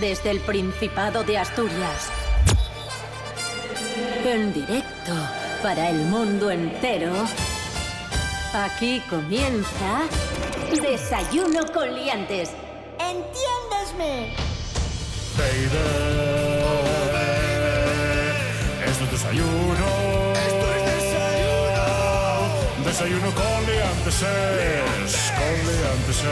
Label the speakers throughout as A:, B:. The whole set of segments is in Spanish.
A: Desde el Principado de Asturias. En directo para el mundo entero. Aquí comienza Desayuno con Liantes.
B: ¡Entiéndesme!
C: Baby, oh, baby, esto es desayuno. Esto es desayuno. Desayuno con liantes. Con liantes.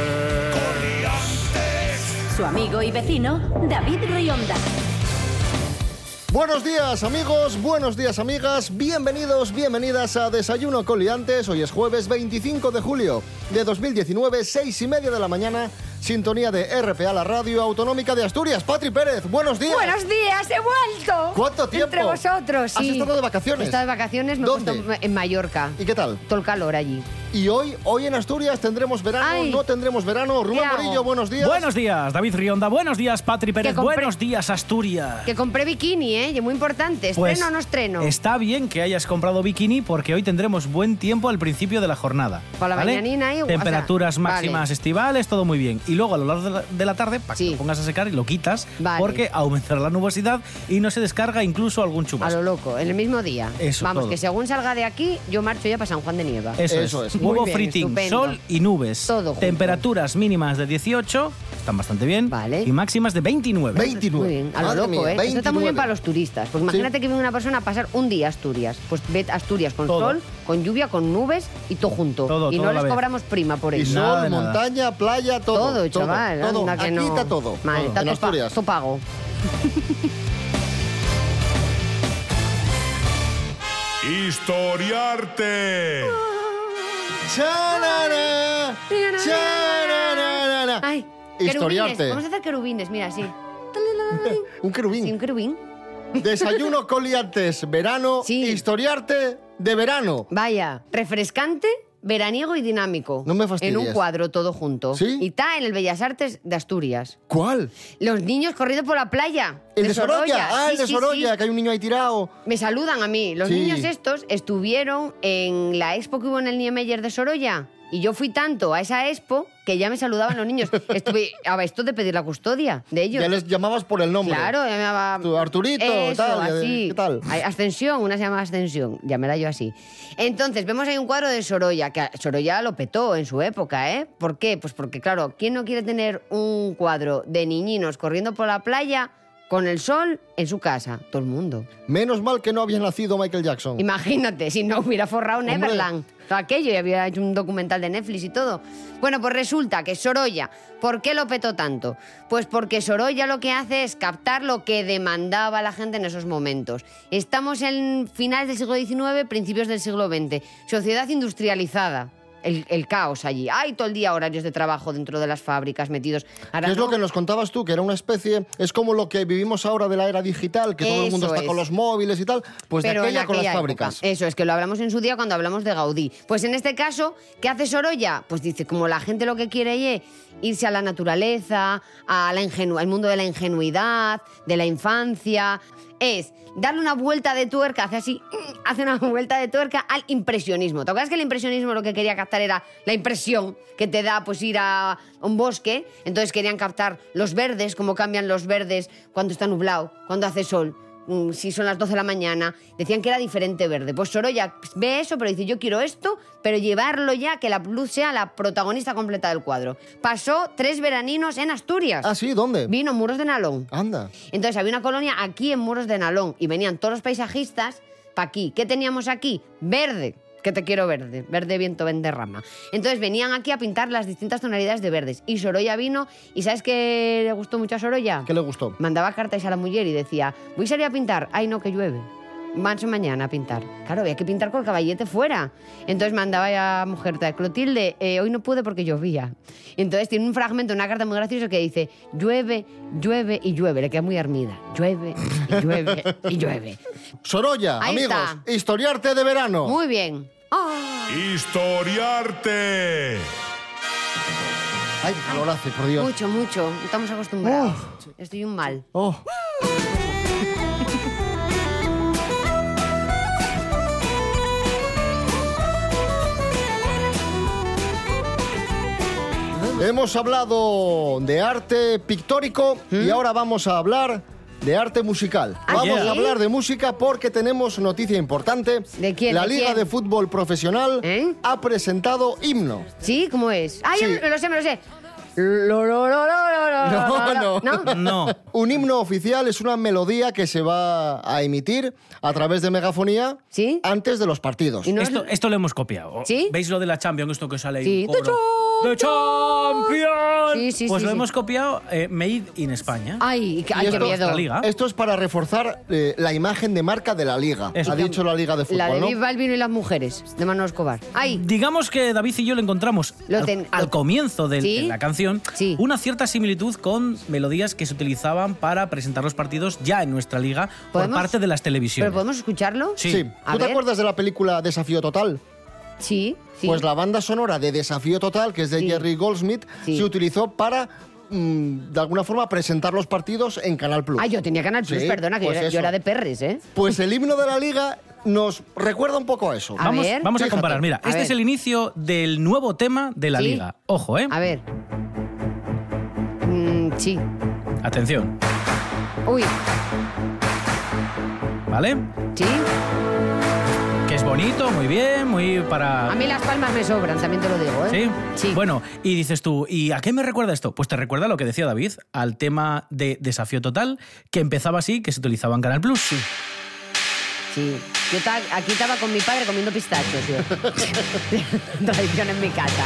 C: Con
A: Su amigo y vecino, David Rionda.
D: Buenos días amigos, buenos días amigas, bienvenidos, bienvenidas a Desayuno con Liantes. Hoy es jueves 25 de julio de 2019, seis y media de la mañana, sintonía de RPA, la radio autonómica de Asturias. Patri Pérez, buenos días.
E: Buenos días, he vuelto.
D: ¿Cuánto tiempo?
E: Entre vosotros,
D: ¿Has
E: sí.
D: estado de vacaciones?
E: He estado de vacaciones, me he
D: ¿Dónde?
E: puesto en Mallorca.
D: ¿Y qué tal?
E: Todo el calor allí.
D: Y hoy, hoy en Asturias tendremos verano,
E: Ay.
D: no tendremos verano. Rubén
E: hago?
D: Morillo, buenos días.
F: Buenos días, David Rionda. Buenos días, Patri Pérez.
E: compré-
F: Buenos días, Asturias.
E: Que compré bikini, ¿eh? Y muy importante. ¿Estreno
F: Pues,
E: o no estreno?
F: Está bien que hayas comprado bikini porque hoy tendremos buen tiempo al principio de la jornada.
E: Para la
F: ¿vale?
E: mañanina y- o sea,
F: Temperaturas
E: vale.
F: máximas estivales, todo muy bien. Y luego a lo largo de la, de la tarde, para
E: Sí.
F: que lo pongas a secar y lo quitas
E: Vale.
F: porque aumentará la nubosidad y no se descarga incluso algún
E: A
F: chubasco.
E: lo loco, en el mismo día.
F: Eso
E: Vamos,
F: todo.
E: que según salga de aquí, yo marcho ya para San Juan de Nieva.
F: Eso,
D: Eso
F: es.
D: es.
E: Muy
F: Hubo
E: bien,
F: fritín,
E: estupendo.
F: sol y nubes.
E: Todo junto.
F: Temperaturas mínimas de 18, están bastante bien.
E: Vale.
F: Y máximas de 29.
D: 29.
E: Muy bien, a lo
D: Madre
E: loco,
D: mía,
E: ¿eh? Eso está
D: 29.
E: muy bien para los turistas. Porque imagínate que viene una persona a pasar un día a Asturias. Pues ve a Asturias con
F: Todo.
E: sol, con lluvia, con nubes y todo junto.
F: Todo,
E: y
F: todo
E: no
F: a la
E: les
F: vez.
E: cobramos prima por
D: Y
E: ello.
F: no- Nada
D: sol,
F: de nada.
D: montaña, playa, todo.
E: Todo, chaval.
D: Todo.
E: anda que
D: Aquí
E: no.
D: está todo.
E: Mal,
D: todo.
E: está
D: En
E: todo pa-
D: Asturias.
E: todo pago.
C: Historiarte.
D: Chanana, chananana.
E: Ay,
D: Historiarte. Mm.
E: querubines. Vamos a hacer querubines, mira, sí.
D: Un querubín.
E: Sí, un querubín.
D: Desayuno con liantes, verano,
E: Sí.
D: historiarte de verano.
E: Vaya, refrescante, veraniego y dinámico.
D: No me
E: En
D: fastidies.
E: un cuadro todo junto.
D: ¿Sí?
E: Y está en el Bellas Artes de Asturias.
D: ¿Cuál?
E: Los niños corriendo por la playa.
D: El de Sorolla. Ah,
E: Sí,
D: el de
E: sí,
D: Sorolla,
E: sí.
D: que hay un niño ahí tirado.
E: Me saludan a mí. Los
D: Sí.
E: niños estos estuvieron en la expo que hubo en el Niemeyer de Sorolla. Y yo fui tanto a esa expo que ya me saludaban los niños. Estuve a esto de pedir la custodia de ellos.
D: Ya les llamabas por el nombre.
E: Claro, ya me llamaba...
D: Tu Arturito,
E: Eso,
D: tal, ya-
E: así.
D: ¿qué tal?
E: Ay, Ascensión, una se llama Ascensión, llámela yo así. Entonces, vemos ahí un cuadro de Sorolla, que Sorolla lo petó en su época, ¿eh? ¿Por qué? Pues porque, claro, ¿quién no quiere tener un cuadro de niñinos corriendo por la playa con el sol en su casa? Todo el mundo.
D: Menos mal que no había nacido Michael Jackson.
E: Imagínate, si no hubiera forrado Neverland. Todo aquello, y había hecho un documental de Netflix y todo. Bueno, pues resulta que Sorolla, ¿por qué lo petó tanto? Pues porque Sorolla lo que hace es captar lo que demandaba la gente en esos momentos. Estamos en finales del siglo XIX, principios del siglo XX. Sociedad industrializada. El, el caos allí. Hay todo el día horarios de trabajo dentro de las fábricas metidos. Ahora
D: Que es
E: no-
D: lo que nos contabas tú, que era una especie, es como lo que vivimos ahora de la era digital, que todo el mundo
E: Eso
D: está
E: es.
D: con los móviles y tal, pues
E: Pero
D: de
E: en
D: aquella, con las
E: aquella
D: fábricas.
E: época. eh. Eso es, que lo hablamos en su día cuando hablamos de Gaudí. Pues en este caso, ¿qué hace Sorolla? Pues dice, como la gente lo que quiere es irse a la naturaleza, a la ingenu- al mundo de la ingenuidad, de la infancia, es darle una vuelta de tuerca, hace así, hace una vuelta de tuerca al impresionismo. ¿Te acuerdas que el impresionismo lo que quería captar era la impresión que te da pues ir a un bosque? Entonces querían captar los verdes, cómo cambian los verdes cuando está nublado, cuando hace sol mm, si son las 12 de la mañana, decían que era diferente verde. Pues Sorolla ve eso, pero dice, yo quiero esto, pero llevarlo ya, que la luz sea la protagonista completa del cuadro. Pasó tres veraninos en Asturias.
D: Ah, sí, ¿dónde?
E: Vino Muros de Nalón.
D: Anda.
E: Entonces había una colonia aquí en Muros de Nalón y venían todos los paisajistas para aquí. ¿Qué teníamos aquí? Verde. Que te quiero verde, verde viento, vende rama. Entonces venían aquí a pintar las distintas tonalidades de verdes. Y Sorolla vino, ¿y sabes qué le gustó mucho a Sorolla?
D: ¿Qué le gustó?
E: mandaba cartas a la mujer y decía, voy a salir a pintar, ay no, que llueve. Más mañana a pintar. Claro, había que pintar con el caballete fuera. Entonces mandaba a la mujer, Clotilde, eh, hoy no pude porque llovía. Y entonces tiene un fragmento, una carta muy graciosa que dice, llueve, llueve y llueve. Le queda muy armida. Llueve, y llueve y llueve.
D: Sorolla,
E: Ahí
D: amigos,
E: está.
D: historiarte de verano.
E: Muy bien. Ah,
C: Historiarte.
D: Ay, qué calor hace, por Dios.
E: mucho, mucho. No Estamos acostumbrados. Estoy un mal.
D: Oh. Hemos hablado de arte pictórico y ahora vamos a hablar de arte musical.
E: ¿Mm? Ah,
D: vamos
E: ¿sí?
D: a hablar de música porque tenemos noticia importante.
E: ¿De quién,
D: La
E: de
D: Liga
E: quién?
D: de Fútbol Profesional
E: ¿Eh?
D: ha presentado himno.
E: ¿Sí? ¿Cómo es? ¡Ay,
D: Sí.
E: lo sé, me lo sé! Lo, lo, lo, lo, lo, lo,
D: No,
E: lo,
D: no.
E: ¿No?
F: No.
D: Un himno oficial es una melodía que se va a emitir a través de megafonía
E: ¿Sí?
D: antes de los partidos.
E: Y no es-
F: Esto, esto lo hemos copiado.
E: ¿Sí?
F: ¿Veis lo de la Champions? Esto que sale ahí.
E: Sí.
F: un coro?
E: ¡The
F: ¡The Champions!
E: Sí, sí,
F: pues
E: sí, Ah.
F: lo
E: sí.
F: hemos copiado eh, Made in España.
E: ¡Ay, qué, ay,
D: Y
E: qué
D: esto-
E: miedo!
F: La liga.
D: Esto es para reforzar eh, la imagen de marca de la liga.
F: Eso.
D: Ha dicho la liga de fútbol,
E: La de
D: ¿no?
E: Viv Balvino y las mujeres, de Manuel Escobar. ¡Ay!
F: Digamos que David y yo le encontramos
E: Lo
F: al-
E: ten-
F: al,
E: lo-
F: comienzo del-
E: ¿Sí?
F: de la canción
E: Sí.
F: una cierta similitud con melodías que se utilizaban para presentar los partidos ya en nuestra liga por
E: ¿Podemos?
F: parte de las televisiones.
E: ¿Pero podemos escucharlo?
F: Sí.
D: Sí.
E: A
D: ¿Tú te
E: ver.
D: acuerdas de la película Desafío Total?
E: Sí, sí.
D: Pues la banda sonora de Desafío Total, que es de
E: Sí.
D: Jerry Goldsmith,
E: Sí.
D: se utilizó para, mm, de alguna forma, presentar los partidos en Canal Plus.
E: Ah, yo tenía Canal Plus,
D: Sí,
E: perdona, que yo
D: pues
E: era- yo,
D: eso.
E: era de Perres, ¿eh?
D: Pues el himno de la liga nos recuerda un poco a eso.
E: Ah.
F: Vamos,
E: ver.
F: vamos a
D: Fíjate.
F: comparar. Mira,
E: A
F: este
E: ver.
F: es el inicio del nuevo tema de la
E: Sí.
F: liga. Ojo, ¿eh?
E: A ver. Mm, sí.
F: Atención,
E: Uy,
F: ¿vale?
E: sí.
F: Que es bonito, muy bien, muy para...
E: A mí las palmas me sobran, también te lo digo,
F: ¿Sí?
E: ¿eh? Sí.
F: Bueno, y dices tú, ¿y a qué me recuerda esto? Pues te recuerda lo que decía David, al tema de Desafío Total, que empezaba así, que se utilizaba en Canal Plus. Sí.
E: Sí. Yo ta- aquí estaba con mi padre comiendo pistachos, yo. Tradición en mi casa.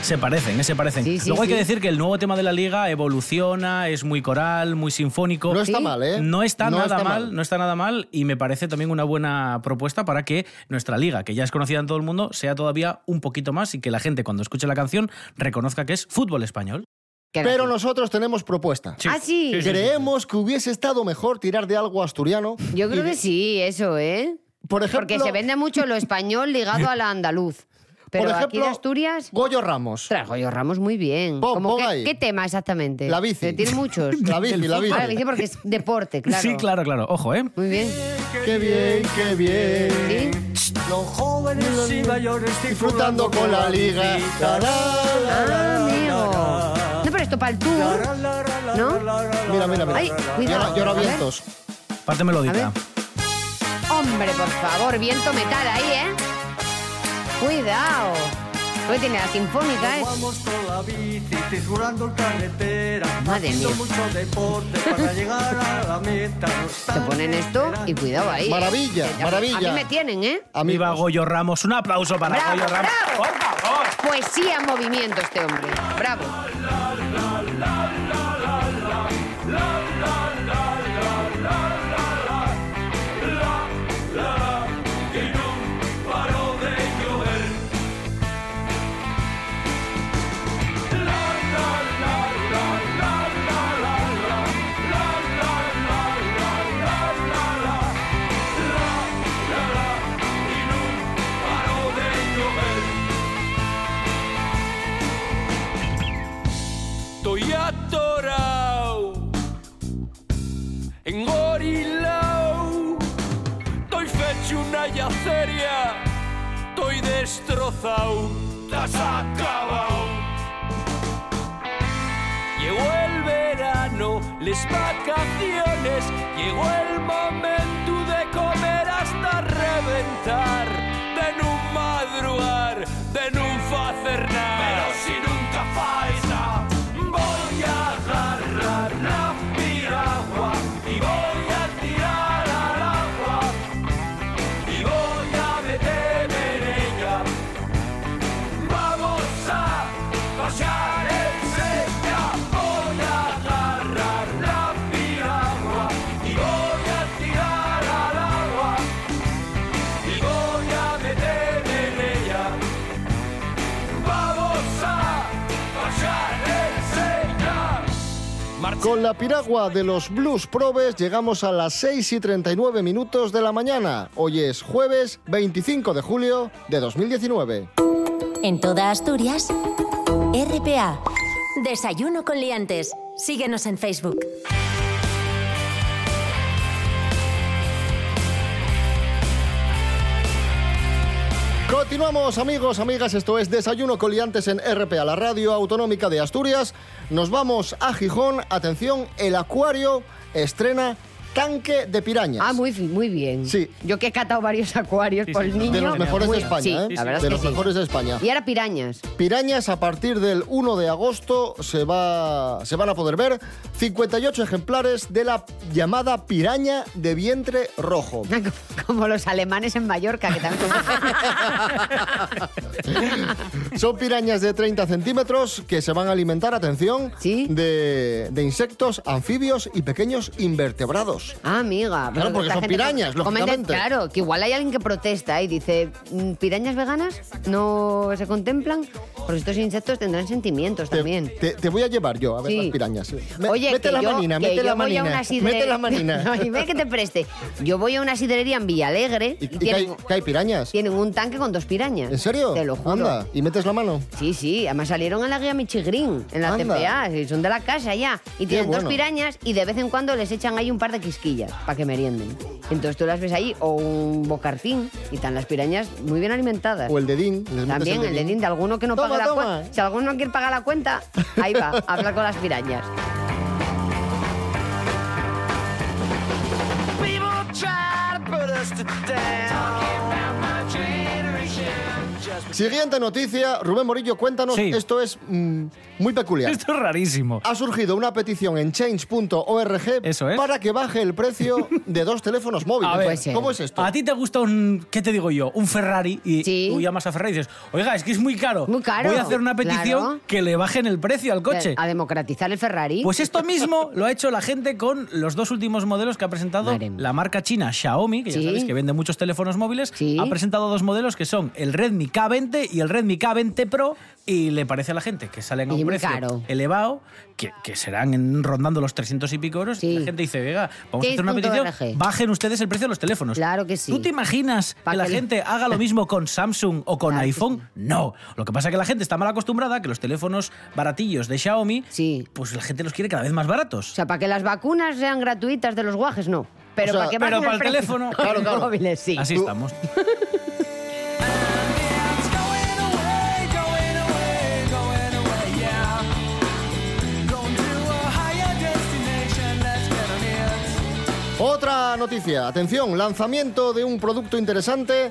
F: Se parecen, eh, se parecen.
E: Sí, sí,
F: Luego hay
E: sí.
F: que decir que el nuevo tema de la liga evoluciona, es muy coral, muy sinfónico.
D: No está
E: Sí.
D: mal, ¿eh?
F: No está nada
D: está
F: mal, no está nada mal y me parece también una buena propuesta para que nuestra liga, que ya es conocida en todo el mundo, sea todavía un poquito más y que la gente cuando escuche la canción reconozca que es fútbol español.
E: Qué
D: Pero
E: gracioso.
D: nosotros tenemos propuesta.
E: Ah, sí.
F: Sí, sí, sí.
D: Creemos que hubiese estado mejor tirar de algo asturiano.
E: Yo creo
D: Y de-
E: que sí, eso, ¿eh?
D: Por ejemplo,
E: Porque se vende mucho lo español ligado a la andaluz. Pero
D: por
E: aquí de
D: ejemplo,
E: Asturias...
D: Goyo Ramos.
E: Trajo yo Ramos muy bien.
D: Pon-
E: Como
D: pon
E: que-
D: ahí.
E: ¿Qué tema exactamente?
D: La bici.
E: Eh, Tiene muchos.
D: La bici, la bici.
E: Ah, la bici porque es deporte, claro.
F: Sí, claro, claro. Ojo, ¿eh?
E: Muy bien.
D: Qué bien, qué bien.
E: Sí.
D: Los jóvenes y mayores disfrutando con la liga. La, la, la,
E: Ah,
D: la.
E: amigo. No, pero esto para el tour, ¿no?
D: Mira, mira, mira.
E: Ay, cuidado.
D: Llora, llora
E: A ver.
D: vientos.
F: Parte melódica.
E: A ver. Hombre, por favor, viento metal ahí, ¿eh? Cuidado. Hoy tiene la sinfónica, ¿eh?
G: Vamos con la bici, circulando en carretera,
E: Madre
G: haciendo
E: mía.
G: mucho deporte para llegar a la meta.
E: Te ponen esto y cuidado ahí. ¿eh?
D: Maravilla,
E: Que- a-
D: maravilla.
E: A mí me tienen, ¿eh?
D: Amigos.
F: Viva Goyo Ramos. Un aplauso para
E: Bravo,
F: Goyo Ramos.
E: bravo.
F: Por favor.
E: Poesía en movimiento este hombre. Bravo.
H: Estoy atorado en Gorilao. Estoy fecho una yaceria. Estoy destrozado. Estás acabado. Llegó el verano, las vacaciones. Llegó el momento de comer hasta reventar. De no madrugar, de no hacer nada. Pero si nunca fais nada, voy a agarrar la piragua y voy a tirar al agua y voy a meterme en ella. Vamos a pasear en sella, voy a agarrar la piragua y voy a tirar al agua y voy a meterme en ella. Vamos a pasear en sella.
D: Con la piragua de los Blues Probes llegamos a las 6 y 39 minutos de la mañana. Hoy es jueves 25 de julio de 2019.
I: En toda Asturias, RPA. Desayuno con liantes. Síguenos en Facebook.
D: Got Continuamos, amigos, amigas. Esto es Desayuno Coliantes en RPA, la radio autonómica de Asturias. Nos vamos a Gijón. Atención, el Acuario estrena tanque de pirañas.
E: Ah, muy, fi- muy bien.
D: Sí.
E: Yo que he catado varios acuarios por el niño.
D: de los mejores de
E: Muy-
D: España,
E: sí,
D: ¿eh?
E: la verdad
D: de
E: es que
D: los
E: sí.
D: mejores de España.
E: Y ahora pirañas.
D: Pirañas a partir del 1 de agosto se, va, se van a poder ver 58 ejemplares de la llamada piraña de vientre rojo.
E: Como los alemanes en Mallorca, que también...
D: Son pirañas de 30 centímetros que se van a alimentar, atención,
E: ¿Sí?
D: de, de insectos, anfibios y pequeños invertebrados.
E: Ah, amiga. pero
D: Claro, porque
E: esta
D: son
E: gente que
D: pirañas,
E: comenta-
D: lógicamente.
E: Claro, que igual hay alguien que protesta y dice, "Mm, ¿pirañas veganas no se contemplan? Porque estos insectos tendrán sentimientos
D: Te,
E: también.
D: te- te voy a llevar yo a ver
E: Sí.
D: las pirañas. Me-
E: Oye,
D: mete
E: que
D: la
E: yo,
D: manina,
E: que
D: mete
E: yo
D: la
E: voy a
D: manina.
E: una sidre-
D: Mete la manina.
E: No, y ve que te preste. Yo voy a una sidrería en Villalegre
D: ¿Y,
E: y,
D: y que hay,
E: tienen,
D: que hay pirañas?
E: tienen un tanque con dos pirañas.
D: ¿En serio?
E: Te lo juro.
D: Anda, y metes la mano.
E: Sí, sí, además salieron en la guía Michigrín, en la
D: Anda.
E: TPA, sí, son de la casa ya. Y tienen
D: bueno.
E: dos pirañas y de vez en cuando les echan ahí un par de quisquillas para que merienden. Entonces tú las ves ahí, o un bocartín, y están las pirañas muy bien alimentadas.
D: O el dedín. les metes
E: También el dedín de alguno que no
D: Toma,
E: paga la
D: toma.
E: cuenta. Si alguno no quiere pagar la cuenta, ahí va, a hablar con las pirañas.
D: Siguiente noticia. Rubén Morillo, cuéntanos.
F: Sí.
D: Esto es mm, muy peculiar.
F: Esto es
E: Ah,
F: rarísimo.
D: Ha surgido una petición en change.org
F: Eso es.
D: para que baje el precio de dos teléfonos móviles. Pues,
F: A ver. Ah.
E: Puede ser.
D: ¿Cómo es esto?
F: A ti te gusta un, ¿qué te digo yo? Un Ferrari y
E: Sí.
F: tú llamas a Ferrari y dices, oiga, es que es muy caro.
E: Muy caro,
F: Voy a hacer una petición
E: claro.
F: que le bajen el precio al coche.
E: A democratizar el Ferrari.
F: Pues esto mismo lo ha hecho la gente con los dos últimos modelos que ha presentado
E: Madre mía.
F: la marca china Xiaomi, que ya
E: Sí.
F: sabéis que vende muchos teléfonos móviles.
E: Sí.
F: Ha presentado dos modelos que son el Redmi K20 y el Redmi K20 Pro. Y le parece a la gente que salen a
E: Y
F: un
E: muy
F: precio
E: caro.
F: elevado, que, que serán en- rondando los 300 y pico euros.
E: Sí.
F: Y la gente dice, venga, vamos a hacer una petición,
E: Change.org.
F: bajen ustedes el precio de los teléfonos.
E: Claro que sí.
F: ¿Tú te imaginas
E: Pa'
F: que la
E: que le-
F: gente haga lo mismo con Samsung o con
E: Claro que
F: iPhone? No. Lo que pasa es que la gente está mal acostumbrada que los teléfonos baratillos de Xiaomi
E: Sí.
F: pues la gente los quiere cada vez más
E: O
F: baratos.
E: sea, para que las vacunas sean gratuitas de los guajes, no. Pero
D: O sea,
E: para que
F: pero
E: bajen
F: para el
E: precio
F: teléfono.
E: de
F: Claro,
E: los
F: claro.
E: móviles, sí.
F: Así estamos.
D: Otra noticia. Atención, lanzamiento de un producto interesante.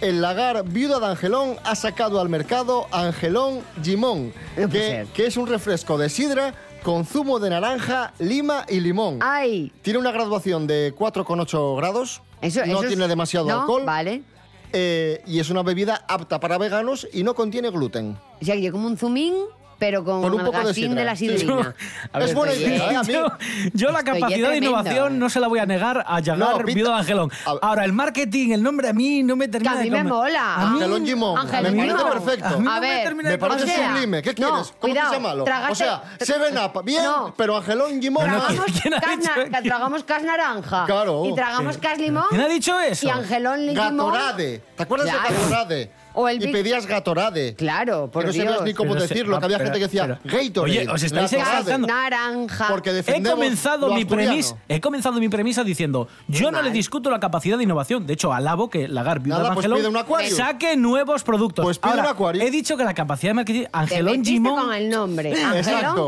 D: El lagar Viuda de Angelón ha sacado al mercado Angelón Gimón,
E: No puede
D: que,
E: ser.
D: que es un refresco de sidra con zumo de naranja, lima y limón.
F: Ah.
E: Ay,
D: Tiene una graduación de 4,8 grados.
E: eso,
D: no
E: eso es-
D: tiene demasiado
E: ¿no?
D: alcohol.
E: Vale.
D: eh, y es una bebida apta para veganos y no contiene gluten.
E: O sea, que yo como un zumín, pero con,
D: Con un poco de
E: gasín
D: sidra.
E: de la
D: Sí.
E: sidrina.
F: A ver,
D: es buena
E: oye,
D: idea, ¿eh? A mí-
F: Yo, yo la
E: Estoy ya
F: capacidad de
E: tremendo.
F: innovación no se la voy a negar a
D: No,
F: Yagar
D: pinta-
F: Viudo de Angelón.
D: A ver.
F: Ahora, el marketing, el nombre a mí no me
E: Que
F: termina
E: a mí
F: de
E: me
F: conven-
E: mola.
F: A mí-
D: Angelón Gimón,
E: Angelón
D: me
E: Gimón.
D: parece perfecto.
F: A mí no
E: A
F: me
E: ver,
F: termina de
D: Me parece
E: o sea,
D: sublime. ¿Qué
E: no,
D: quieres? ¿Cómo
E: cuidado,
D: que sea malo?
E: trágate-
D: O sea, Seven Up, bien,
E: No.
D: pero Angelón Gimón
F: No, no,
D: mal.
E: Tragamos
F: ¿Quién ha
E: cas
F: dicho
E: na-
F: eso?
E: tragamos cas naranja.
D: Claro.
E: Y tragamos cas limón.
F: ¿Quién ha dicho eso?
E: Y angelón limón.
D: Gatorade. ¿Te acuerdas
E: Claro.
D: de Gatorade?
E: O el
D: y
E: Big-
D: pedías Gatorade.
E: Claro, por
D: que no
E: Dios.
D: sabías ni cómo
F: Pero se-
D: decirlo, que había
F: pero-
D: gente que decía
F: pero-
D: Gatorade.
F: Oye, os estáis
D: Gatorade".
F: exaltando.
E: Naranja.
D: Porque
F: He
D: defendemos
F: comenzado,
D: lo
F: mi
D: asturiano.
F: premisa, he comenzado mi premisa diciendo, yo no
E: mal.
F: le discuto la capacidad de innovación. De hecho, alabo que Lagar Viuda
D: Nada,
F: de
D: pues
F: Angelón
D: pide un acuario.
F: saque nuevos productos.
D: Pues pide
F: Ahora,
D: un acuario.
F: He dicho que la capacidad de marketing...
E: Te
F: Angelón
E: metiste
F: Gimón...
E: con el nombre.
D: Exacto.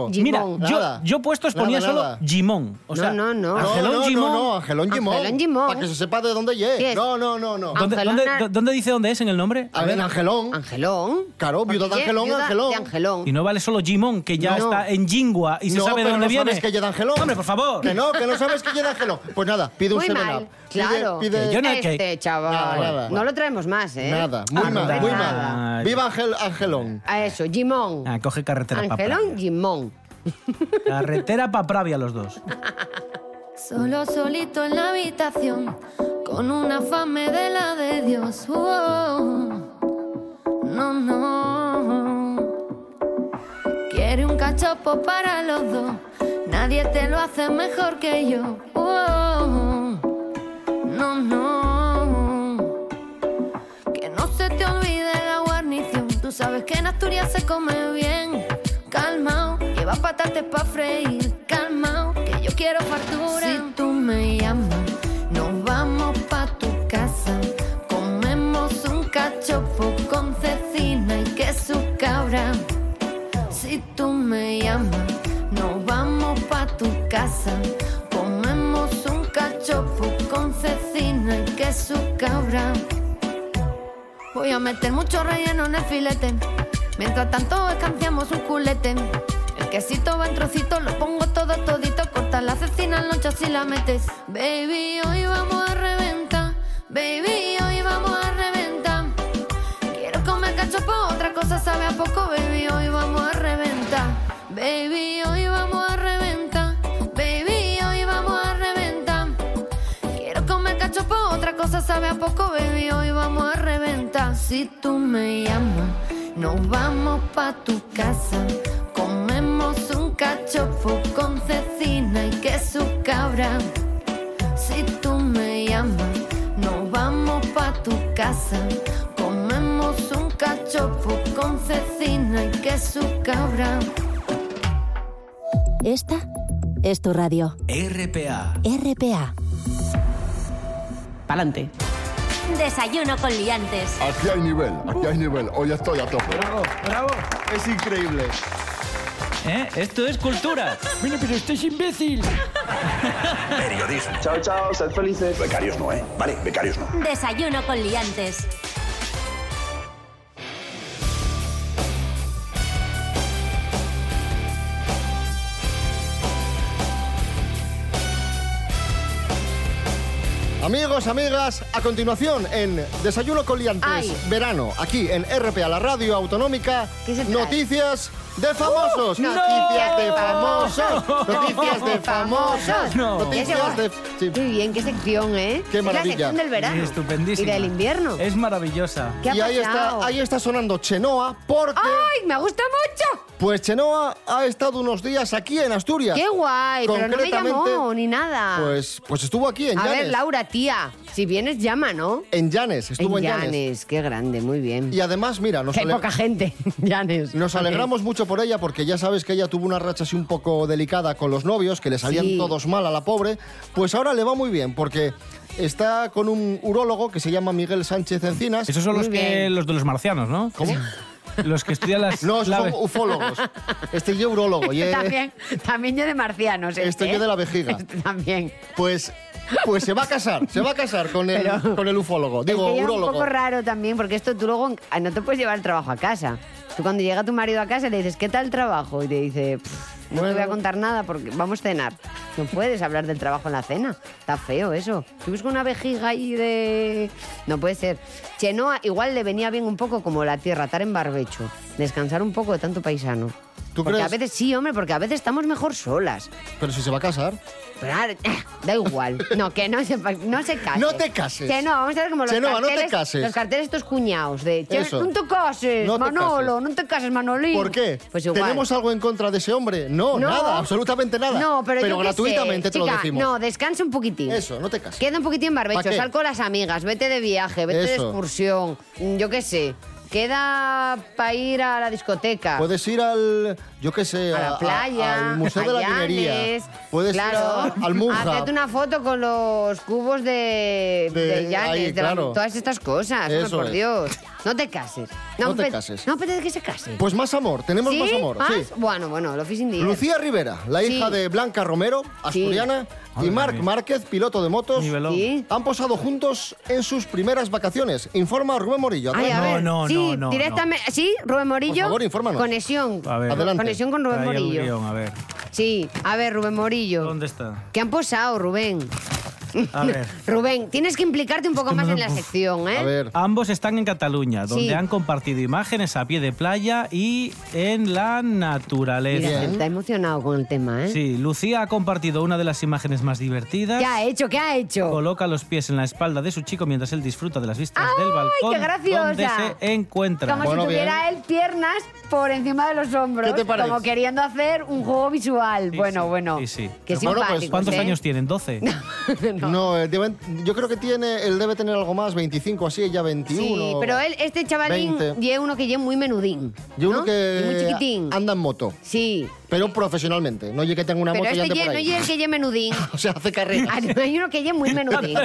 E: Angelón
F: Mira,
E: Gimón.
D: Nada.
F: yo, yo puestos ponía
D: Nada,
F: solo
D: nada.
F: Gimón. O sea,
E: no, no.
D: No,
F: Angelón
D: no, no,
F: Gimón.
D: no, Angelón Gimón.
E: Angelón Gimón.
D: Para que se sepa de dónde
E: ¿Qué
D: llegue.
E: es?
D: No, no, no, no.
E: Ah.
F: ¿Dónde,
E: Angelona-
F: dónde- dónde dice dónde es en el nombre?
D: A ver, Angelón.
E: Angelón.
D: Claro, viuda de
E: Porque
D: Angelón,
E: viuda
D: Angelón.
E: de Angelón.
F: Y no vale solo Gimón, que ya
E: No.
F: está en Jingua y se
D: no,
F: sabe de
D: pero
F: dónde
D: no
F: viene.
D: sabes que llega Angelón.
F: Hombre, por favor.
D: Que no, que no sabes que llega Angelón. Pues nada, pide un
E: Muy
D: 7
E: mal,
D: Up. Pide-
E: claro.
D: pide-
F: Que yo no-
E: este
F: que-
E: chaval.
D: Nada, nada.
E: No lo traemos más, ¿eh?
D: Nada, muy
E: Ah,
D: mal,
E: nada.
D: muy
F: nada.
D: mal. Viva Ángel Angelón.
E: A eso, Gimón.
F: Ah, coge carretera para
E: Angelón Gimón.
F: Carretera para Pravia los dos.
J: Solo solito en la habitación, con una fame de la de Dios. Oh, no, no. Quiere un cachopo para los dos, nadie te lo hace mejor que yo. Oh, no, no. Que no se te olvide la guarnición, tú sabes que en Asturias se come bien. Calmao, lleva patates pa' freír. Calmao, que yo quiero fartura. Si tú me llamas, nos vamos pa' tu casa. Comemos un cachopo con casa. Comemos un cachopo con cecina y queso cabra. Voy a meter mucho relleno en el filete. Mientras tanto escanciamos un culete. El quesito va en trocitos, lo pongo todo todito. Cortas la cecina en lonchas y la metes. Baby, hoy vamos a reventar. Baby, hoy vamos a reventar. Quiero comer cachopo, otra cosa sabe a poco. Baby, hoy vamos a reventar. Baby, hoy vamos a reventar. Baby, hoy vamos a reventar. Quiero comer cachopo, otra cosa sabe a poco, baby, hoy vamos a reventar. Si tú me llamas, nos vamos pa' tu casa. Comemos un cachopo con cecina y queso cabra. Si tú me llamas, nos vamos pa' tu casa. Comemos un cachopo con cecina y queso cabra.
I: Esta es tu radio.
F: RPA.
I: RPA.
K: Pa'lante.
I: Desayuno con liantes.
L: Aquí hay nivel, aquí hay nivel. Hoy estoy a tope. Bravo, bravo. Es increíble.
F: ¿Eh? Esto es cultura.
K: Bueno, pero este es imbécil.
M: Periodismo. Chao, chao, sed felices. Becarios no, ¿eh? Vale, becarios no.
I: Desayuno con liantes.
D: Amigos, amigas, a continuación en Desayuno con Liantes
E: Ay.
D: Verano, aquí en RPA, la radio autonómica, noticias de famosos.
E: Uh,
D: noticias de
E: no.
D: famosos. Noticias de famosos.
E: No.
D: Noticias de...
E: Qué bien, qué sección, ¿eh?
D: Qué maravilla.
E: Es la sección del verano.
F: Estupendísimo.
E: Y del invierno.
F: Es maravillosa.
E: ¿Qué ha
D: y ahí
E: pasado? ¡Ah!
D: está, ahí está sonando Chenoa, porque...
E: ¡Ay, me gusta mucho!
D: Pues Chenoa ha estado unos días aquí en Asturias.
E: ¡Qué guay! Pero no me
D: Concretamente,
E: llamó ni nada.
D: Pues, pues estuvo aquí en
E: A
D: Llanes.
E: ver, Laura, tía, si vienes, llama, ¿no?
D: En Llanes, estuvo en, Llanes.
E: qué grande, muy bien.
D: Y además, mira, nos
E: Que hay
D: ale-
E: poca gente, Llanes.
D: Nos alegramos mucho por ella porque ya sabes que ella tuvo una racha así un poco delicada con los novios, que le salían
E: Sí.
D: todos mal a la pobre. Pues ahora le va muy bien porque está con un urólogo que se llama Miguel Sánchez Encinas.
F: Esos son los, que, los de los marcianos, ¿no?
D: ¿Cómo?
F: Los que estudian las.
D: No, esos
F: clave.
D: son ufólogos. Este yo urólogo. Y, eh,
E: También, también yo de marcianos. ¿eh?
D: Este yo de la vejiga.
E: También.
D: Pues, pues se va a casar, se va a casar con el,
E: Pero-
D: con el ufólogo. Digo,
E: es que ya es un
D: urólogo.
E: poco raro también, porque esto tú luego ah, no te puedes llevar el trabajo a casa. Tú cuando llega tu marido a casa le dices, ¿qué tal el trabajo? Y te dice, "Pff, no te voy a contar nada porque vamos a cenar. No puedes hablar del trabajo en la cena. Está feo eso. Tú buscas una vejiga ahí de... No puede ser. Chenoa igual le venía bien un poco como la tierra, estar en barbecho. Descansar un poco de tanto paisano.
D: ¿Tú
E: porque
D: crees?
E: a veces sí, hombre, porque a veces estamos mejor solas.
D: Pero si se va a casar.
E: Pero ahora, da igual. No, que no se, pa- no se case.
D: No te cases.
E: Que no, vamos a ver como los
D: Chenoa, no te
E: carteles.
D: cases.
E: Los carteles estos cuñados de. "Che,
D: Eso.
E: No te cases,
D: No te
E: Manolo, no te cases, Manolín.
D: ¿Por qué?
E: Pues igual.
D: ¿Tenemos algo en contra de ese hombre? No,
E: No.
D: nada, absolutamente nada.
E: No, pero, yo qué
D: gratuitamente
E: sé.
D: te
E: Chica,
D: lo decimos.
E: No, descansa un poquitín.
D: Eso, no te cases.
E: Queda un poquitín en
D: ¿Pa
E: barbecho,
D: qué?
E: sal con las amigas, vete de viaje, vete de
D: Eso.
E: excursión, mm, yo qué sé. Queda para ir a la discoteca.
D: Puedes ir al, yo qué sé,
E: a la playa,
D: al Museo de la
E: a
D: Minería.
E: Llanes,
D: Puedes
E: claro,
D: ir a- al Munja.
E: Hacerte una foto con los cubos de,
D: De-
E: de, Llanes,
D: ahí,
E: de la-
D: claro.
E: todas estas cosas. hombre,
D: Eso
E: por
D: es.
E: Dios. No te cases.
D: No te
E: pe-
D: cases.
E: No apetece que se case.
D: Pues más amor, tenemos
E: ¿Sí?
D: más amor.
E: ¿Más?
D: sí.
E: Bueno, bueno, lo fishing de
D: Lucía Rivera, la
E: Sí.
D: hija de Blanca Romero, asturiana, y
F: Madre
D: Marc
F: mía.
D: Márquez, piloto de motos,
F: Nivelón.
E: Sí.
D: han posado juntos en sus primeras vacaciones. Informa Rubén Morillo.
E: Ay, a
F: No,
E: ver,
F: no,
E: sí,
F: no, no,
E: directamente, sí, Rubén Morillo.
D: Por favor, infórmanos.
E: Conexión.
F: A ver.
D: Adelante.
E: Conexión con Rubén
F: Ahí el
E: Morillo.
F: guión, a ver.
E: Sí, a ver, Rubén Morillo.
F: ¿Dónde está?
E: ¿Qué han posado, Rubén?
F: A ver.
E: Rubén, tienes que implicarte un poco
F: que
E: más
F: me
E: en
F: da-
E: la sección, ¿eh?
D: A ver,
F: Ambos están en Cataluña, donde
E: Sí.
F: han compartido imágenes a pie de playa y en la naturaleza.
E: Mira, está emocionado con el tema, ¿eh?
F: Sí, Lucía ha compartido una de las imágenes más divertidas.
E: ¿Qué ha hecho? ¿Qué ha hecho?
F: Coloca los pies en la espalda de su chico mientras él disfruta de las vistas del balcón
E: qué graciosa!
F: donde se encuentra.
E: Como
D: Bueno,
E: si tuviera él piernas por encima de los hombros.
D: ¿Qué te parece?
E: Como queriendo hacer un juego visual.
F: Sí,
E: bueno,
F: sí,
E: bueno.
F: sí, sí.
E: Qué
D: Bueno, pues,
E: simpáticos,
F: ¿Cuántos
E: ¿eh?
F: años tienen? ¿12?
D: no, eh, deben- yo creo que tiene, él debe tener algo más, 25 así, ella 21.
E: Sí, pero él, este chavalín,
D: 20.
E: lleva uno que lleva muy menudín.
D: Yo creo
E: ¿no?
D: que
E: Y muy chiquitín.
D: anda en moto.
E: Sí,
D: Pero profesionalmente. No llegue que tenga una
E: Pero
D: moto y
E: este
D: ande
E: ye-
D: por
E: no
D: ahí.
E: llega el que lleve menudín.
D: o sea, hace carreras.
E: Ah, no, hay uno que lleve muy menudín.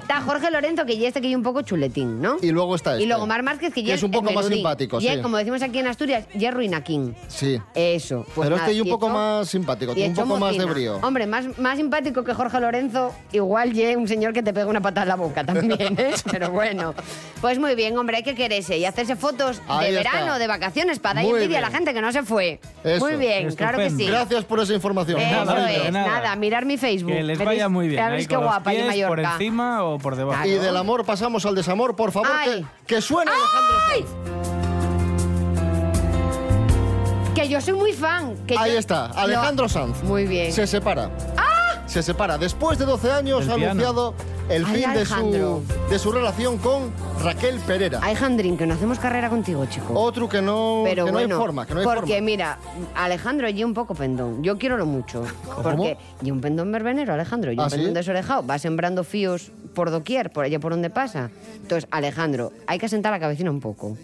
E: Está Jorge Lorenzo, que ya este que lleva un poco chuletín, ¿no?
D: Y luego está este.
E: Y luego Mar Márquez, que
D: Que
E: ya
D: es un poco
E: el
D: más
E: menudín.
D: simpático,
E: Y él,
D: sí.
E: como decimos aquí en Asturias, ya es ruinaquín.
D: Sí.
E: Eso. pues
D: Pero
E: nada,
D: este y un
E: y
D: poco
E: hecho-
D: más simpático,
E: Y
D: tiene un
E: hecho
D: poco más de
E: mocina.
D: brío.
E: Hombre, más, más simpático que Jorge Lorenzo, igual ye un señor que te pega una patada en la boca también, ¿eh? Pero bueno. Pues muy bien, hombre, hay que quererse y hacerse fotos
D: Ahí
E: de
D: está.
E: verano, de vacaciones, para dar
D: Muy
E: envidia a la
D: bien.
E: gente que no se fue.
D: Eso.
E: Muy bien, claro que sí. Eh,
D: Gracias por esa información.
E: Eso
F: Nada,
E: es,
F: nada.
E: nada. mirar mi Facebook.
F: Que les
E: Veréis-
F: vaya muy bien.
E: ya
F: ahí
E: veréis qué
F: con los
E: guapa, allí en
F: pies, por
E: Mallorca.
F: encima o por debajo.
D: Y del amor pasamos al desamor, por favor, que,
E: Ay. Ah,
D: que suene Alejandro Sanz.
E: Que yo soy muy fan. Que
D: Ahí
E: yo-
D: está,
E: Lo-
D: Alejandro Sanz.
E: Muy bien. Ah.
D: Se separa. Se separa. Después de 12 años
F: Del
D: ha
F: piano.
D: anunciado el
E: Ay,
D: fin de
E: Alejandro.
D: su, de su relación con Raquel Pereira.
E: Alejandrín, que no hacemos carrera contigo, chico.
D: Otro que no,
E: Pero
D: que no
E: bueno,
D: hay forma, que no hay
E: porque
D: forma.
E: mira, Alejandro y un poco pendón. Yo quiero lo mucho. Porque y un pendón verbenero, Alejandro, y un
D: ¿Ah, sí?
E: pendón desorejado. Va sembrando fíos por doquier, por allá por donde pasa. Entonces, Alejandro, hay que sentar la cabecina un poco.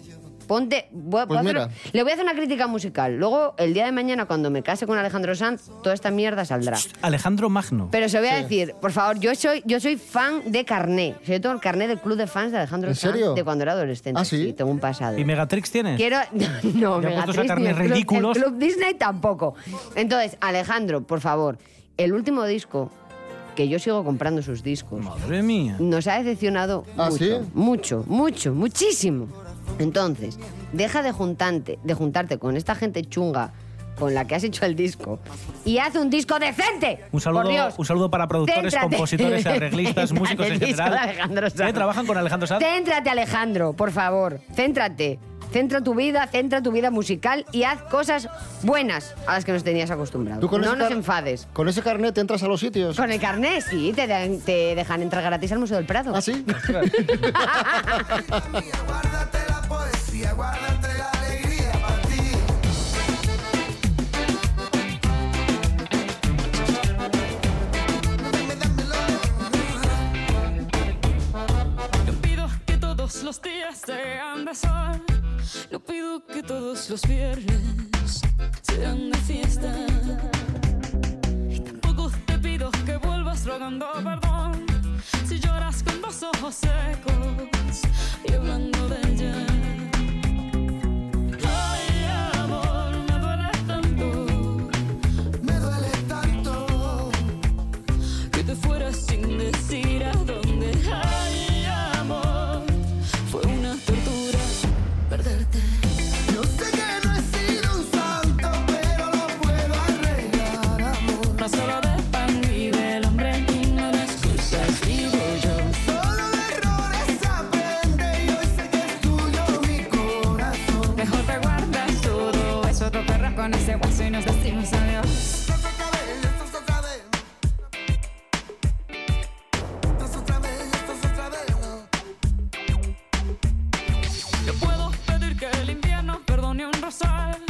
E: Ponte. voy a-
D: Pues
E: voy a hacer-
D: mira.
E: le voy a hacer una crítica musical. Luego, el día de mañana, cuando me case con Alejandro Sanz, toda esta mierda saldrá.
F: Alejandro Magno.
E: Pero se voy a
F: Sí.
E: decir, por favor, yo soy, yo soy fan de carné. O sea, Yo tengo el carné del club de fans de Alejandro
F: ¿En
E: Sanz
F: serio?
E: de cuando era adolescente.
F: ¿Ah, sí?
E: tengo un pasado.
F: ¿Y Megatrix tienes?
E: Quiero. No,
F: Ya puestos
E: Megatrix,
F: a
E: ni
F: carnes
E: el club-
F: ridículos.
E: el Club Disney tampoco. Entonces, Alejandro, por favor, el último disco, que yo sigo comprando sus discos.
F: Madre mía.
E: Nos ha decepcionado
F: ¿Ah,
E: mucho,
F: sí?
E: mucho, mucho, muchísimo. Entonces, deja de juntarte, de juntarte con esta gente chunga con la que has hecho el disco y haz un disco decente.
F: Un
E: Por
F: saludo,
E: Dios.
F: un saludo para productores,
E: Céntrate.
F: compositores, arreglistas, músicos en
E: Céntrate, disco de Alejandro
F: general que
E: Sanz.
F: trabajan con Alejandro Sanz.
E: Céntrate, Alejandro, por favor. Céntrate. Centra tu vida, centra tu vida musical y haz cosas buenas a las que nos tenías acostumbrados.
D: Tú con
E: No
D: ese
E: nos
D: car-
E: enfades.
D: Con ese carnet entras a los sitios.
E: Con el carnet, sí, te, dan- te dejan entrar gratis al Museo del Prado. ¿Ah,
D: sí?
H: No pido que todos los días sean de sol. No pido que todos los viernes sean de fiesta. Y tampoco te pido que vuelvas rogando perdón. Si lloras con los ojos secos y hablando de ella. Ay, amor, me duele tanto. Me duele tanto que te fueras sin decir a dónde. Ay, amor, fue una tortura perderte. Yo sé que no he sido un santo, pero lo puedo arreglar, amor. No solo de pan y del hombre, no de excusas, digo yo. Solo de errores aprende y hoy sé que es tuyo mi corazón. Mejor te guardas todo, eso te perras con ese hueso y nos decimos adiós. Yo puedo pedir que el invierno perdone un rosal.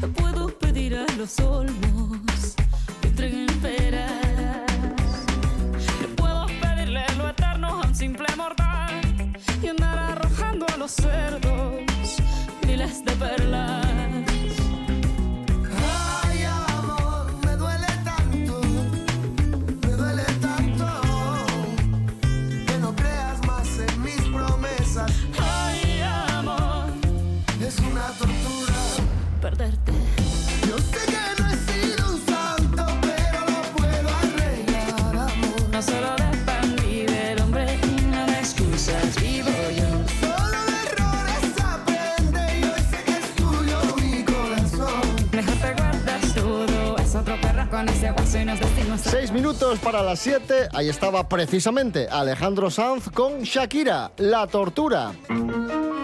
H: Yo puedo pedir a los olmos que entreguen peras. Yo puedo pedirle lo eterno a un simple mortal y andar arrojando a los cerdos miles de perlas. Ay, amor, me duele tanto, me duele tanto que no creas más en mis promesas. Ay, amor, es una tortura perderte. Yo sé que no he sido un santo, pero lo puedo arreglar, amor. No solo de pan vive el hombre, no me excusas, vivo yo. Solo de errores aprende y hoy sé que es tuyo mi corazón. Mejor te guardas todo, es otro perro con ese hueso y nos decimos
D: Seis minutos para las siete. Ahí estaba precisamente Alejandro Sanz con Shakira, La Tortura.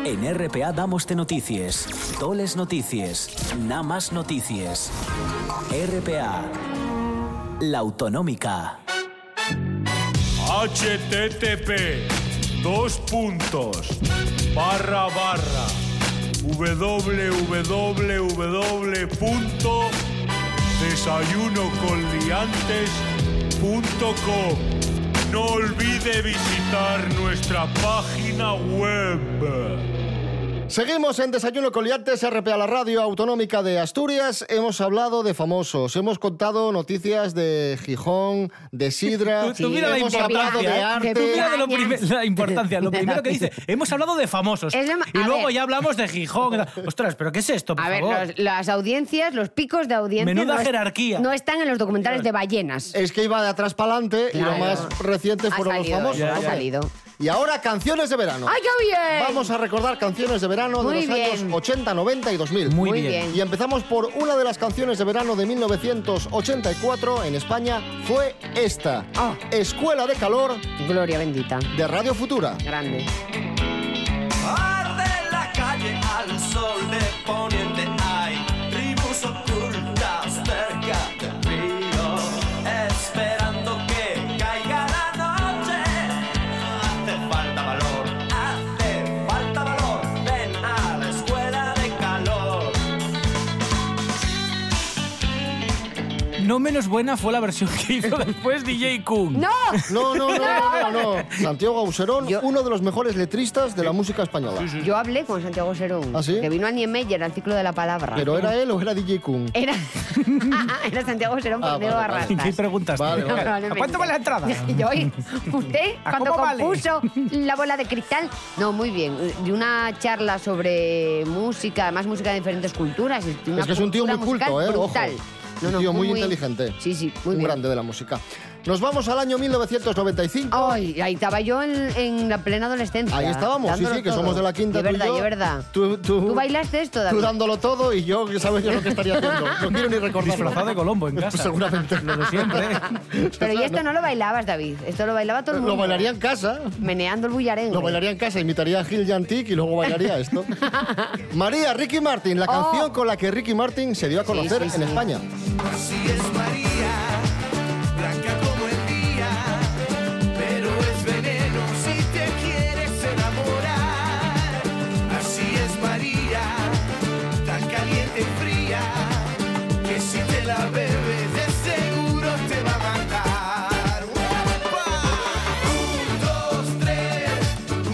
G: En RPA damoste noticias, toles noticias, nada más noticias. RPA, la autonómica.
C: HTTP, dos puntos, barra barra, www.desayunoconliantes.com. No olvide visitar nuestra página web.
D: Seguimos en Desayuno Coliantes, RP a la radio autonómica de Asturias. Hemos hablado de famosos, hemos contado noticias de Gijón, de Sidra,
F: Tú, tú mira la
D: hemos hablado de
F: importancia,
D: arte.
F: ¿eh? Tú mira de lo prime- la importancia. Lo primero que dice, hemos hablado de famosos.
E: Es lo ma-
F: y
E: a
F: luego
E: ver.
F: ya hablamos de Gijón. Ostras, ¿pero qué es esto, por
E: A ver,
F: favor?
E: los- las audiencias, los picos de audiencia.
F: Menuda
E: no es-
F: jerarquía.
E: no están en los documentales de ballenas.
D: Es que iba de atrás para adelante y lo
E: Claro.
D: más reciente
E: Ha
D: fueron
E: salido,
D: los famosos. ¿no?
E: ha salido.
D: Y ahora canciones de verano.
E: ¡Ay, qué bien!
D: Vamos a recordar canciones de verano
E: Muy
D: de los
E: bien.
D: años 80, 90 y 2000.
F: Muy
E: Muy bien. bien.
D: Y empezamos por una de las canciones de verano de 1984 en España fue esta.
E: Ah.
D: Escuela de calor
E: Gloria bendita.
D: de Radio Futura.
E: Grande.
H: Arde la calle al sol de poniente, hay tribus ocultas cerca del río, esperando que caiga la noche. Hace falta valor, hace falta valor, ven a la escuela de calor.
F: No menos buena fue la versión que hizo después DJ Kun.
E: ¡No!
D: No, no, no, no, no, no. Santiago Auserón, uno de los mejores letristas de la música española.
E: Yo hablé con Santiago Serón,
D: ¿Ah, sí?
E: que vino a Niemeyer al ciclo de la palabra.
D: ¿Pero era él o era DJ Kun?
E: Era, era Santiago Serón
D: Ah,
E: por Diego
D: vale, vale.
E: Arrastas.
F: ¿Qué preguntas?
D: Vale, vale.
E: Probablemente.
F: ¿A cuánto vale la entrada?
E: Y yo, oye, usted,
F: ¿A
E: cuando
F: cómo vale?
E: compuso la bola de cristal. No, muy bien. Y una charla sobre música, además música de diferentes culturas. y una
D: Es que es un tío muy
E: cultura
D: culto, ¿eh?
E: musical
D: Ojo.
E: brutal. No,
D: un
E: no,
D: tío muy, inteligente.
E: Sí, sí, muy
D: un
E: bien.
D: grande de la música. Nos vamos al año 1995.
E: Ay, ahí estaba yo en, en la plena adolescencia.
D: Ahí estábamos, sí,
E: dándolo
D: sí, que
E: todo.
D: somos de la quinta.
E: De
D: tú y
E: verdad,
D: yo.
E: de verdad.
D: Tú, tú-
E: Tú bailaste esto,
D: tú
E: David.
D: dándolo todo y yo, que sabes yo lo que estaría haciendo. No quiero ni recordarlo.
F: Disfrazado de Colombo en casa.
D: Seguramente.
F: Lo de siempre. ¿eh?
E: Pero y esto no lo bailabas, David. Esto lo bailaba todo el mundo.
D: Lo bailaría en casa.
E: Meneando el bullarén.
D: Lo
E: güey.
D: bailaría en casa, imitaría a Gil Yantic y luego bailaría esto. María, Ricky Martin, la canción con la que Ricky Martin se dio a conocer
E: Oh. sí,
D: en
E: sí.
D: España.
H: Si es María, blanca como el día, pero es veneno si te quieres enamorar. Así es María, tan caliente y fría, que si te la bebes de seguro te va a matar. ¡Uepa! Un, dos, tres,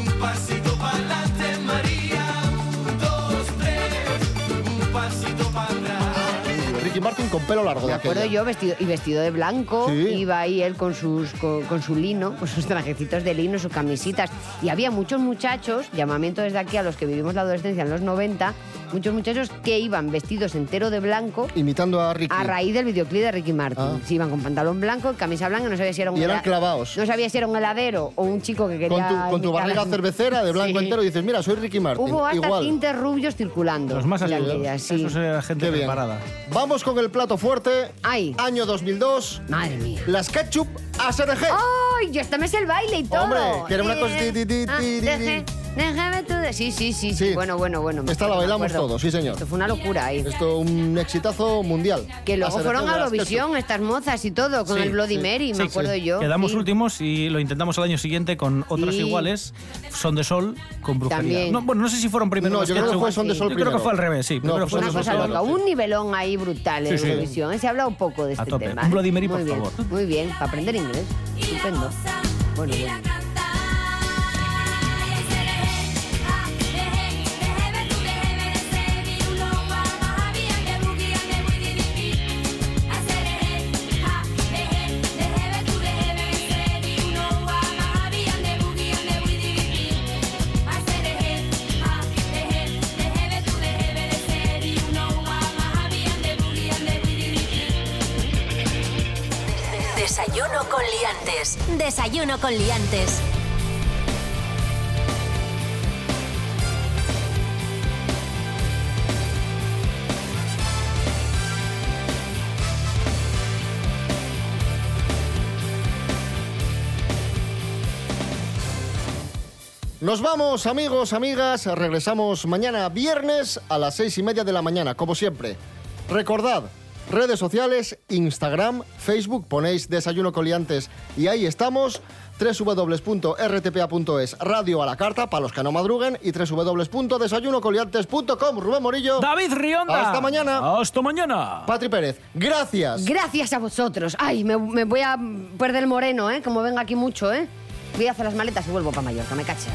H: un pasito para adelante María, un, dos, tres, un pasito para atrás.
D: Ricky Martin con pelo largo
E: Me
D: de
E: acuerdo
D: aquella.
E: yo vestido, y vestido de blanco,
D: Sí.
E: iba ahí él con, sus, con, con su lino, con sus trajecitos de lino, sus camisitas. Y había muchos muchachos, llamamiento desde aquí a los que vivimos la adolescencia en los 90, muchos muchachos que iban vestidos entero de blanco
D: Imitando a Ricky.
E: a raíz del videoclip de Ricky Martin.
D: Ah.
E: Se iban con pantalón blanco, camisa blanca, no sabía si era un
D: Y eran
E: hela-
D: clavados.
E: No sabía si era un heladero o un chico que
D: Con
E: quería...
D: tu, con tu
E: imitar a
D: barriga
E: la-
D: cervecera de blanco
E: Sí.
D: entero y dices, mira, soy Ricky Martin.
E: Hubo hasta
D: Igual.
E: tintes rubios circulando.
F: Los más
E: en
F: asiduos.
E: aquella, sí.
F: Eso es eh, gente
D: Qué bien.
F: preparada.
D: Vamos con el plato fuerte.
E: Ay.
D: Año 2002.
E: Madre mía.
D: Las ketchup a SRG.
E: ¡Ay! Yo hasta me sé el baile y todo.
D: Hombre, que era una
E: Eh,
D: cosa ti, ti, ti,
E: ah,
D: ti, ti,
E: deje-
D: ti.
E: Déjame tú. de- Sí, sí, sí, sí.
D: Sí.
E: Bueno, bueno, bueno. me
D: Esta la
E: acuerdo, me
D: bailamos
E: acuerdo.
D: todos, sí, señor.
E: Esto fue una locura ahí.
D: Esto un exitazo mundial.
E: Que luego
D: SRG
E: fueron
D: de
E: a
D: las
E: Eurovisión estas mozas y todo, con
D: Sí,
E: el Bloody
D: sí.
E: Mary,
D: Sí,
E: me
D: sí.
E: acuerdo yo.
F: Quedamos
E: sí.
F: últimos y lo intentamos al año siguiente con otras
E: Sí.
F: iguales. Son de sol con brujería.
E: También.
F: No, bueno, no sé si fueron primero.
D: No,
F: los
D: yo creo que
F: Ketchup.
D: fue Son de Sol
F: Yo creo
D: primero.
F: que fue al revés, sí.
D: No,
F: Primero
D: fue
F: fue
D: Son
E: Una
F: Son de
D: Nosotros
E: cosa
F: Sol.
E: loca, un nivelón ahí brutal en
F: Sí, sí.
E: Eurovisión. ¿eh? Se habla un poco de
F: A
E: este
F: tope.
E: tema.
F: Un
E: ¿eh?
F: Bloody Mary,
E: Muy
F: por
E: bien,
F: favor.
E: Muy bien, para aprender inglés. Estupendo. Bueno, bueno.
J: Desayuno con liantes. Desayuno con liantes.
D: Nos vamos, amigos, amigas. Regresamos mañana viernes a las seis y media de la mañana, como siempre. Recordad, redes sociales, Instagram, Facebook, ponéis Desayuno Coliantes y ahí estamos. www.rtpa.es, radio a la carta para los que no madruguen y www.desayunocoliantes.com. Rubén Morillo,
F: David Rionda.
D: Hasta mañana.
F: Hasta mañana.
D: Patri Pérez, gracias.
E: Gracias a vosotros. Ay, me, me voy a perder el moreno, ¿eh? Como venga aquí mucho, ¿eh? Voy a hacer las maletas y vuelvo para Mallorca, me caché.